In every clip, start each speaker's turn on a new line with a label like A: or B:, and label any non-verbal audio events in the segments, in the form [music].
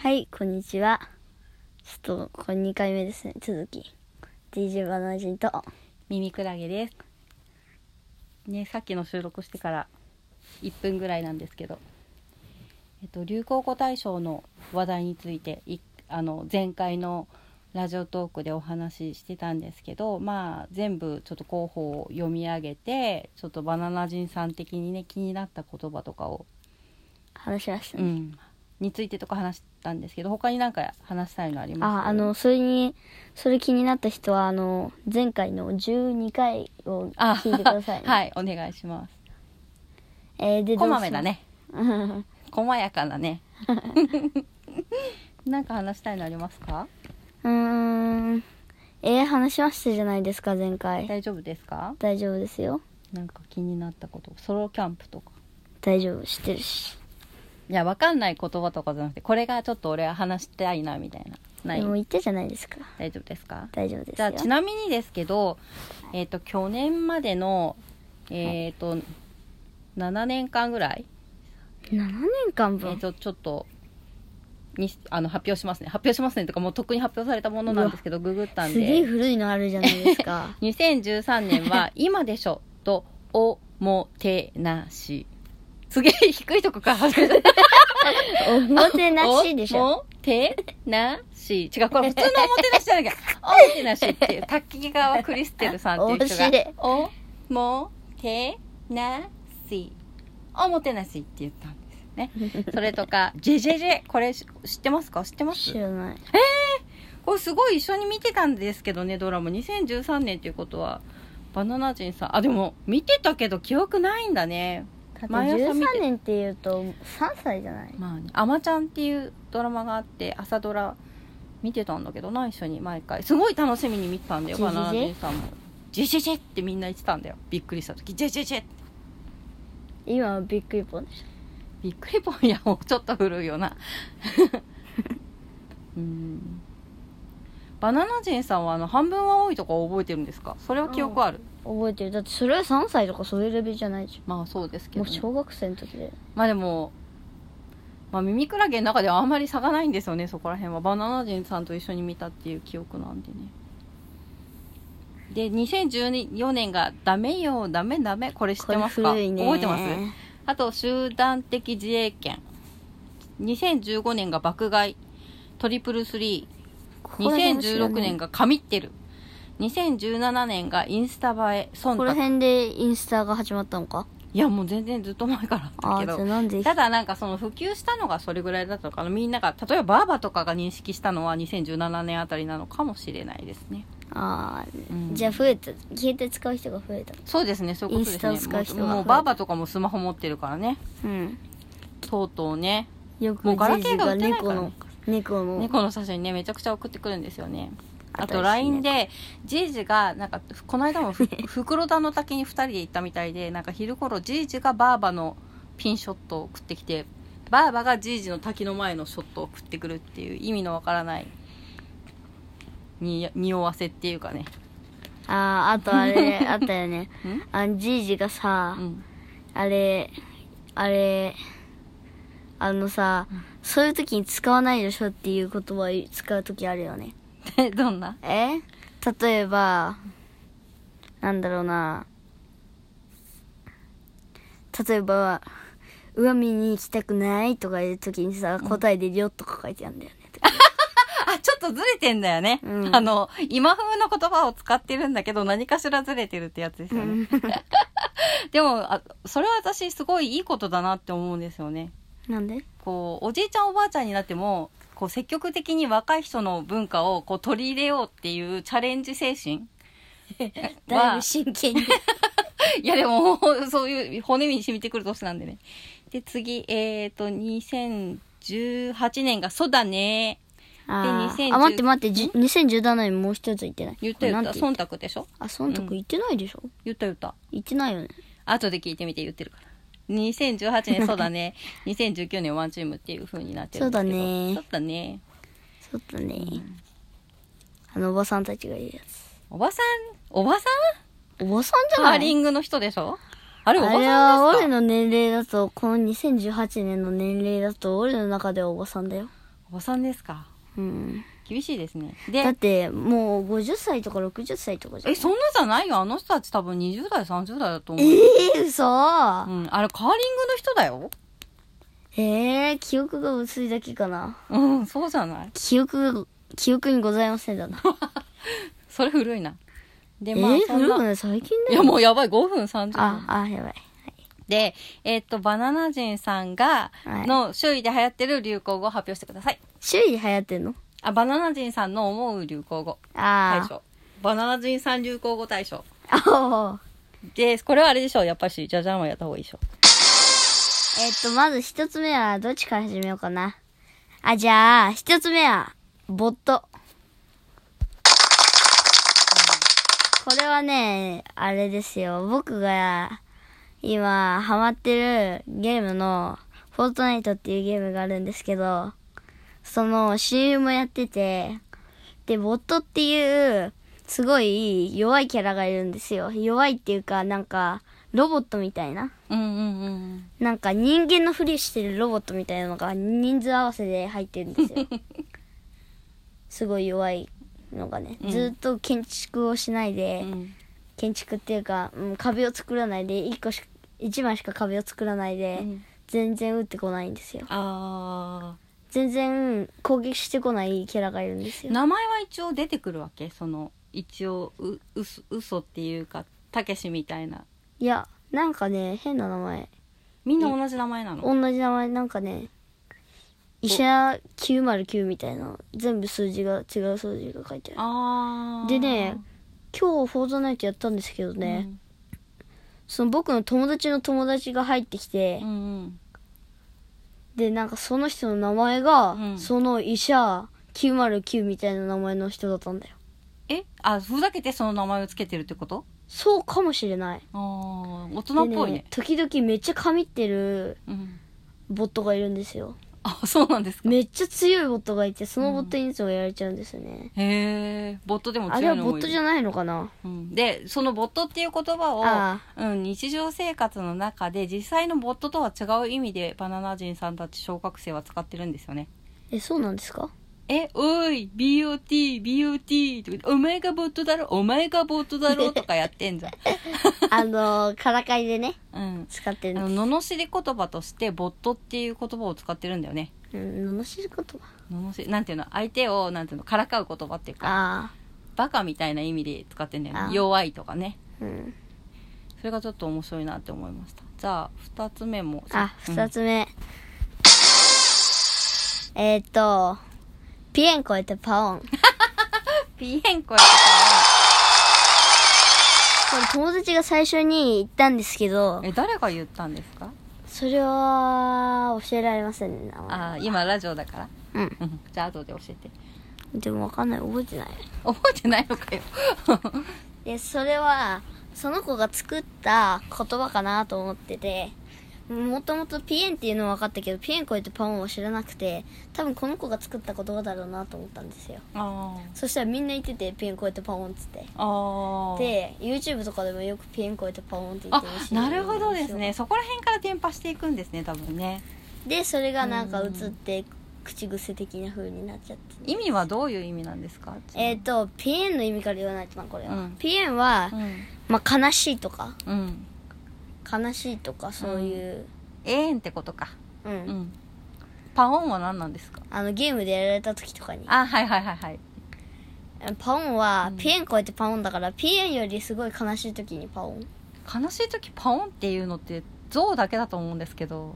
A: はい、こんにちは。ちょっと、これ2回目ですね、続き。DJ バナージンと、
B: 耳クラゲです。ね、さっきの収録してから1分ぐらいなんですけど、えっと、流行語大賞の話題についていあの前回のラジオトークでお話ししてたんですけど、まあ、全部ちょっと候補を読み上げてちょっとバナナ人さん的にね気になった言葉とかを、
A: 話しました
B: う
A: ね。
B: ん、についてとか話したんですけど他になんか話したいのあります
A: あ、あの、それに、それ気になった人は、あの、前回の12回を
B: あ
A: 聞いてくださいね。
B: [laughs] はいお願いします。
A: えーで、
B: こまめだね
A: [laughs] どうします。
B: 細やかな [laughs] ねなんか話したいのありますか
A: うーん。えー話しましたじゃないですか、前回。
B: 大丈夫ですか
A: 大丈夫ですよ。
B: なんか気になったことソロキャンプとか
A: 大丈夫、知ってるし。
B: いやわかんない言葉とかじゃなくてこれがちょっと俺は話したいなみたいなない
A: でも言ったじゃないですか。
B: 大丈夫ですか
A: 大丈夫ですよ。
B: じゃあちなみにですけどえっ、と去年までのえっ、と、7年間ぐらい、
A: 7年間
B: えー、
A: 分。
B: とちょっとにあの発表しますね発表しますねとかもうとっくに発表されたものなんですけどググったん
A: す
B: で
A: げえ古いのあるじゃないですか。
B: 2013年は「今でしょ」と「おもてなし」すげえ低いとこから始めた
A: おもてなしでし
B: お
A: ょ。
B: もてなし違うこれ普通のおもてなしじゃなきゃ「おもてなし」っていう滝川クリステルさんっていう人
A: 面白い
B: が「おもてなし」おもてなしって言ったんです [laughs] よねそれとか「ジェジェジェ」これ知ってますか知ってます
A: 知らない。
B: これすごい一緒に見てたんですけどねドラマ2013年ということはバナナ人さんあでも見てたけど記憶ないんだね
A: だって
B: 毎朝見て
A: 13年っていうと3歳じゃない
B: まあね「あまちゃん」っていうドラマがあって朝ドラ見てたんだけどな一緒に毎回すごい楽しみに見てたんだよ
A: ジェ
B: バ
A: ジェ
B: ナナ人さんも「ジェジェジェ」ってみんな言ってたんだよびっくりした時「ジェジェジェ」
A: 今はビッグ一本でし
B: びっくりぽんやもうちょっと古いよ [laughs] なうんバナナ人さんはあの半分は多いとか覚えてるんですかそれは記憶ある
A: ょ覚えてるだってそれは3歳とかそういうレベルじゃないじ
B: まあそうです
A: ゃ
B: け
A: んも
B: ど、
A: う
B: ね、
A: 小学生の時で
B: まあでも、まあ、ミミクラゲの中ではあんまり差がないんですよねそこら辺はバナナ人さんと一緒に見たっていう記憶なんでねで2014年が「ダメよダメダメ」これ知っ
A: こ
B: て
A: れ
B: ますか
A: 古いね
B: 覚えてますあと集団的自衛権2015年が爆買いトリプルスリー2016年
A: が
B: が神ってる2017年がインスタ映え忖
A: この
B: 度
A: 辺でインスタが始まったのか
B: いやもう全然ずっと前からあ
A: あ
B: った
A: あじゃ
B: けど
A: あなんで
B: ただなんかその普及したのがそれぐらいだったのかなみんなが例えばバーバとかが認識したのは2017年あたりなのかもしれないですね、
A: ああ
B: うん
A: じゃあ増えた消えて使う人が増えた
B: そうですねそういうこと
A: インス
B: です
A: タを使う人
B: ね
A: が
B: もうもうバーバとかもスマホ持ってるからね
A: うん
B: とうとうね
A: よく
B: もうガラ
A: じい
B: ケ
A: じ
B: ーが
A: が
B: 売ってないか
A: 猫
B: ら
A: の猫の
B: 猫の写真ねめちゃくちゃ送ってくるんですよねあと
A: 新しい
B: LINE でじいじがなんかこの間も [laughs] ふ袋田の滝に2人で行ったみたいでなんか昼頃じいじがバーバのピンショットを送ってきてバーバがじいじの滝の前のショットを送ってくるっていう意味のわからないに匂わせっていうかね、
A: あああとあれあったよねあのじいじがさ
B: うん、 [laughs]
A: あれ、あれ、あのさ、そういう時に使わないでしょっていう言葉を使う時あるよね。
B: えどんな
A: え例えば、なんだろうな。例えば、上見に行きたくないとかいう時にさ、答えでりょとか書いてあるんだよね。
B: あちょっとずれてんだよね、
A: うん
B: あの今風の言葉を使ってるんだけど何かしらずれてるってやつですよね、でもあそれは私すごいいいことだなって思うんですよね
A: [laughs] なんで
B: こうおじいちゃんおばあちゃんになってもこう積極的に若い人の文化をこう取り入れようっていうチャレンジ精神
A: [laughs] だい
B: は
A: ぶ真剣に。
B: いやでもそういう骨身に染みてくる年なんでねで次えっ、と2018年が「そうだね
A: あー
B: 2010
A: あ、待って待って、じ2017年もう一つ言ってない」。
B: 言った言
A: こ
B: っ
A: れなん
B: た
A: て言っ
B: 忖度でしょ
A: た。あ、そんとこ言ってないでしょ、
B: 言った言った
A: 言ってないよね。
B: 後で聞いてみて言ってるから2018年そうだね
A: [laughs]
B: 2019年ワンチームっていう風になってる
A: そう
B: んですけど
A: だね
B: そうだね
A: そうだね、あのおばさんたちがいるやつ
B: おばさんおばさん
A: おばさんじゃ
B: カ
A: な
B: ー
A: い
B: リングの人でしょあれおば
A: あれは
B: さ
A: 俺
B: んですか
A: の年齢だとこの2018年の年齢だと俺の中ではおばさんだよ
B: おばさんですか
A: うん、
B: 厳しいですね
A: だっ
B: で
A: てもう50歳とか60歳とかじゃん
B: えそんなじゃないよあの人たち多分20代30代だと思う、
A: えー、嘘、
B: うん、あれカーリングの人だよ
A: えー、記憶が薄いだけかな
B: うんそうじゃない
A: 記憶記憶にございませんだな、
B: それ古いな
A: [laughs]
B: で
A: え
B: まあ
A: ー、
B: そん
A: 古く
B: な
A: ない最近
B: い
A: だ
B: や
A: よ
B: もうやばい5分30
A: あ
B: 秒
A: あやばい
B: でえっとバナナ人さんが
A: はい
B: の周囲で流行ってる流行語を発表してください
A: 周囲流行ってんの
B: あバナナ人さんの思う流行語大
A: あー
B: 賞バナナ人さん流行語大賞
A: あ
B: でこれはあれでしょやっぱしじゃじゃんはやった方がいいでしょ
A: ーえっとまず一つ目はどっちから始めようかなあじゃあ一つ目はボットこれはねあれですよ僕が今ハマってるゲームの「フォートナイト」っていうゲームがあるんですけどその CM もやっててでボットっていうすごい弱いキャラがいるんですよ弱いっていうかなんかロボットみたいな
B: うんうんうん
A: なんか人間のふりしてるロボットみたいなのが人数合わせで入ってるんですよ
B: [laughs]
A: すごい弱いのがね、
B: うん
A: ずっと建築をしないで、
B: うん
A: 建築っていうか、うん、壁を作らないで1個し1枚しか壁を作らないで、
B: うん
A: 全然打ってこないんですよ
B: あ
A: 全然攻撃してこないキャラがいるんです
B: ー
A: よ
B: 名前は一応出てくるわけその一応ううす嘘っていうかたけしみたいない
A: やなんかね変な名前
B: みんな同じ名前なの
A: 同じ名前なんかね医者909みたいな全部数字が違う数字が書いてある
B: あー
A: でね今日フォートナイトやったんですけどね、その僕の友達の友達が入ってきて
B: うん、うん
A: でなんかその人の名前が、
B: うん
A: その医者909みたいな名前の人だったんだよ
B: えあふざけてその名前をつけてるってこと
A: そうかもしれない
B: あー大
A: で
B: 人っぽいね
A: 時々めっちゃ噛みってる
B: うん、
A: ボットがいるんですよ
B: あそうなんですかへ
A: めっちゃ強いボットがいてそのボットにいつもやられちゃうんですよね、
B: えボットでも
A: あれ
B: 強
A: はい
B: の
A: ボ
B: も
A: ッ
B: い
A: ト
B: る
A: じゃないのかな
B: うん、でそのボットっていう言葉
A: あ
B: を、うん、日常生活の中で実際のボットとは違う意味でバナナ人さんたち小学生は使ってるんですよね
A: えそうなんです
B: [laughs]
A: か
B: え、おい、BOT、BOT とか言って、お前がボットだろ、お前がボットだろとかやっ
A: [laughs]
B: てんじゃん。
A: あのからかいでね
B: うん。
A: 使って
B: あ
A: るん
B: の、
A: です
B: 罵り言葉として、ボットっていう言葉を使ってるんだよね。
A: うん罵ることは
B: 罵り、なんていうの、相手を、なんていうの、からかう言葉っていうか、
A: あ
B: バカみたいな意味で使ってんだよ
A: あー
B: ね。弱いとかね。
A: あうん
B: それがちょっと面白いなって思いました。じゃあ、二つ目も。
A: あ、
B: うん
A: 二つ目。えーっと、ピエン超えてパ
B: [laughs]
A: オン。こ
B: ピエンコやった
A: れ友達が最初に言ったんですけど
B: ら、え、誰が言ったんですか
A: それは教えられませんね。名前
B: あー、今ラジオだから。
A: うん。
B: うん。じゃあ、後で教えて。
A: でもわかんない。覚えてない。
B: 覚えてないのかよ。
A: で、それは、その子が作った言葉かなと思ってて、もともとピエンっていうのは分かったけど、ピエン超えてパオンを知らなくて、多分この子が作った言葉だろうなと思ったんですよ。
B: [laughs] あー。
A: そしたらみんな言ってて、ピエン超えてパオンっつって。
B: あー
A: で YouTube とかでもよくピエン超えてパオンって言っ
B: あ
A: てるし
B: なるほどですねそこら辺から伝播していくんですね多分ね
A: でそれがなんか映って口癖的な風になっちゃって
B: 意味はどういう意味なんですか
A: えっ、とピエンの意味から言わないとなこれは、
B: うん
A: ピエンは、
B: うん
A: まあ、悲しいとか
B: うん
A: 悲しいとかそういう、
B: ええんってことか
A: うん
B: うんパオンは何なんですか
A: あのゲームでやられた時とかに
B: あはいはいはいはい
A: パオンは、
B: うん
A: ピエン超えてパオンだからピエンよりすごい悲しい時にパオン
B: 悲しい時パオンっていうのって象だけだと思うんですけど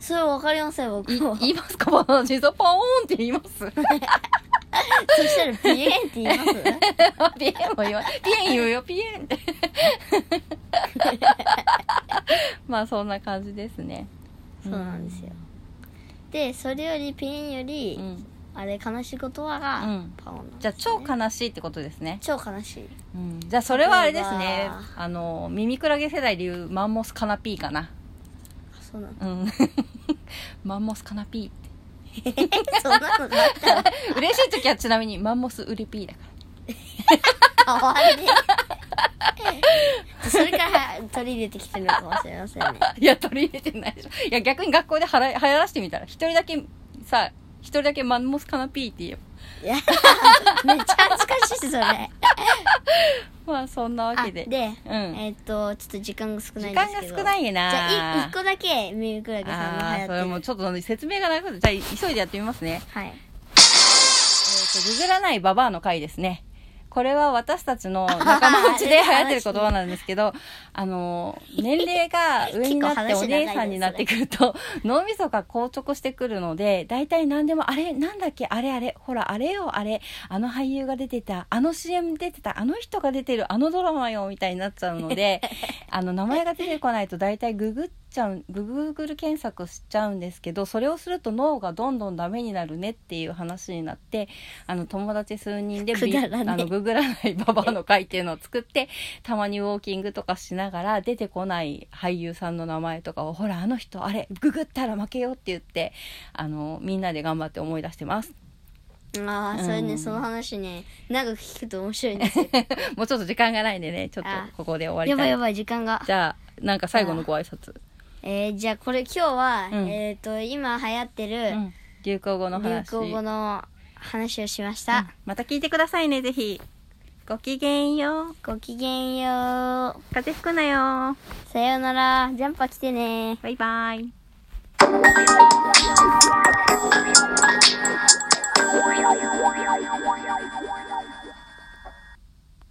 A: それ分かりません僕
B: い
A: [laughs] も
B: 言いますか [laughs] バナナ人さんパオンって言います
A: そしたらピエンって言
B: [laughs]
A: います
B: ピエンも言わピエン言うよピエ
A: [laughs]
B: ンってまあそんな感じですね
A: そうなんですよでそれよりピエンより、
B: うん
A: あれ悲しい言葉が
B: うん
A: パオンなんですね、
B: じゃあ超悲しいってことですね
A: 超悲しい
B: うんじゃあそれはあれです
A: 例え
B: ね
A: ば
B: あの耳クラゲ世代でいうマンモスカナピーかな
A: あそうなの
B: うん
A: [laughs]
B: マンモスカナピーっ
A: そんなのなったら
B: て嬉しい時はちなみにマンモスウリピーだか
A: かわいいそれから取り入れてきてるのかもしれませんね
B: らいや取り入れてないでしょいや逆に学校ではら流行らしてみたら一人だけさ一人だけマンモスカナピーって言えよ
A: いやめっちゃ恥ずかしいですそれ
B: まあそんなわけで
A: あで、
B: うん
A: えーっとちょっと時間が少ない
B: 時
A: んで
B: 間
A: す
B: が
A: けど
B: 少ないよな
A: じゃあい一個だけ耳くらげさんの
B: ああーそれ
A: 流行
B: も
A: ってる
B: ちょっと説明がなくてじゃあ急いでやってみますね
A: はい
B: えっと、ググらないババアの回ですね。これは私たちの仲間
A: [laughs]
B: 内で流行ってる言葉なんですけど、あの、年齢が上になってお姉さんになってく
A: [laughs]
B: ると、脳みそが硬直してくるので、大体何でも、あれなんだっけあれあれほら、あれよあれあの俳優が出てた、あの CM 出てた、あの人が出てる、あのドラマよみたいになっちゃう
A: [laughs]
B: ので、あの、名前が出てこないと大体ググっちゃう、グーグル検索しちゃうんですけど、それをすると脳がどんどんダメになるねっていう話になって、あの友達数人で
A: くだらねえ
B: あのググらないババアの会っていうのを作ってたまにウォーキングとかしながら出てこない俳優さんの名前とかをほらあの人あれググったら負けよって言ってあのみんなで頑張って思い出してます [laughs]
A: ああそれね、
B: うん
A: その話ね長く聞くと面白いんですよ
B: もうちょっと時間がないんでねちょっと
A: あ
B: ここで終わり
A: やば
B: た
A: い
B: い
A: やばい時間が
B: じゃあなんか最後のご挨拶、
A: えー、じゃあこれ今日は、
B: うん
A: えーっ、と今流行って
B: う
A: る
B: ん流行語の
A: 流
B: 話
A: 行語の話をしました、
B: うんまた聞いてくださいねぜひごきげんよう
A: ごきげんよう
B: 風邪ひくなよ
A: さようならジャンパー来てね
B: バイバイ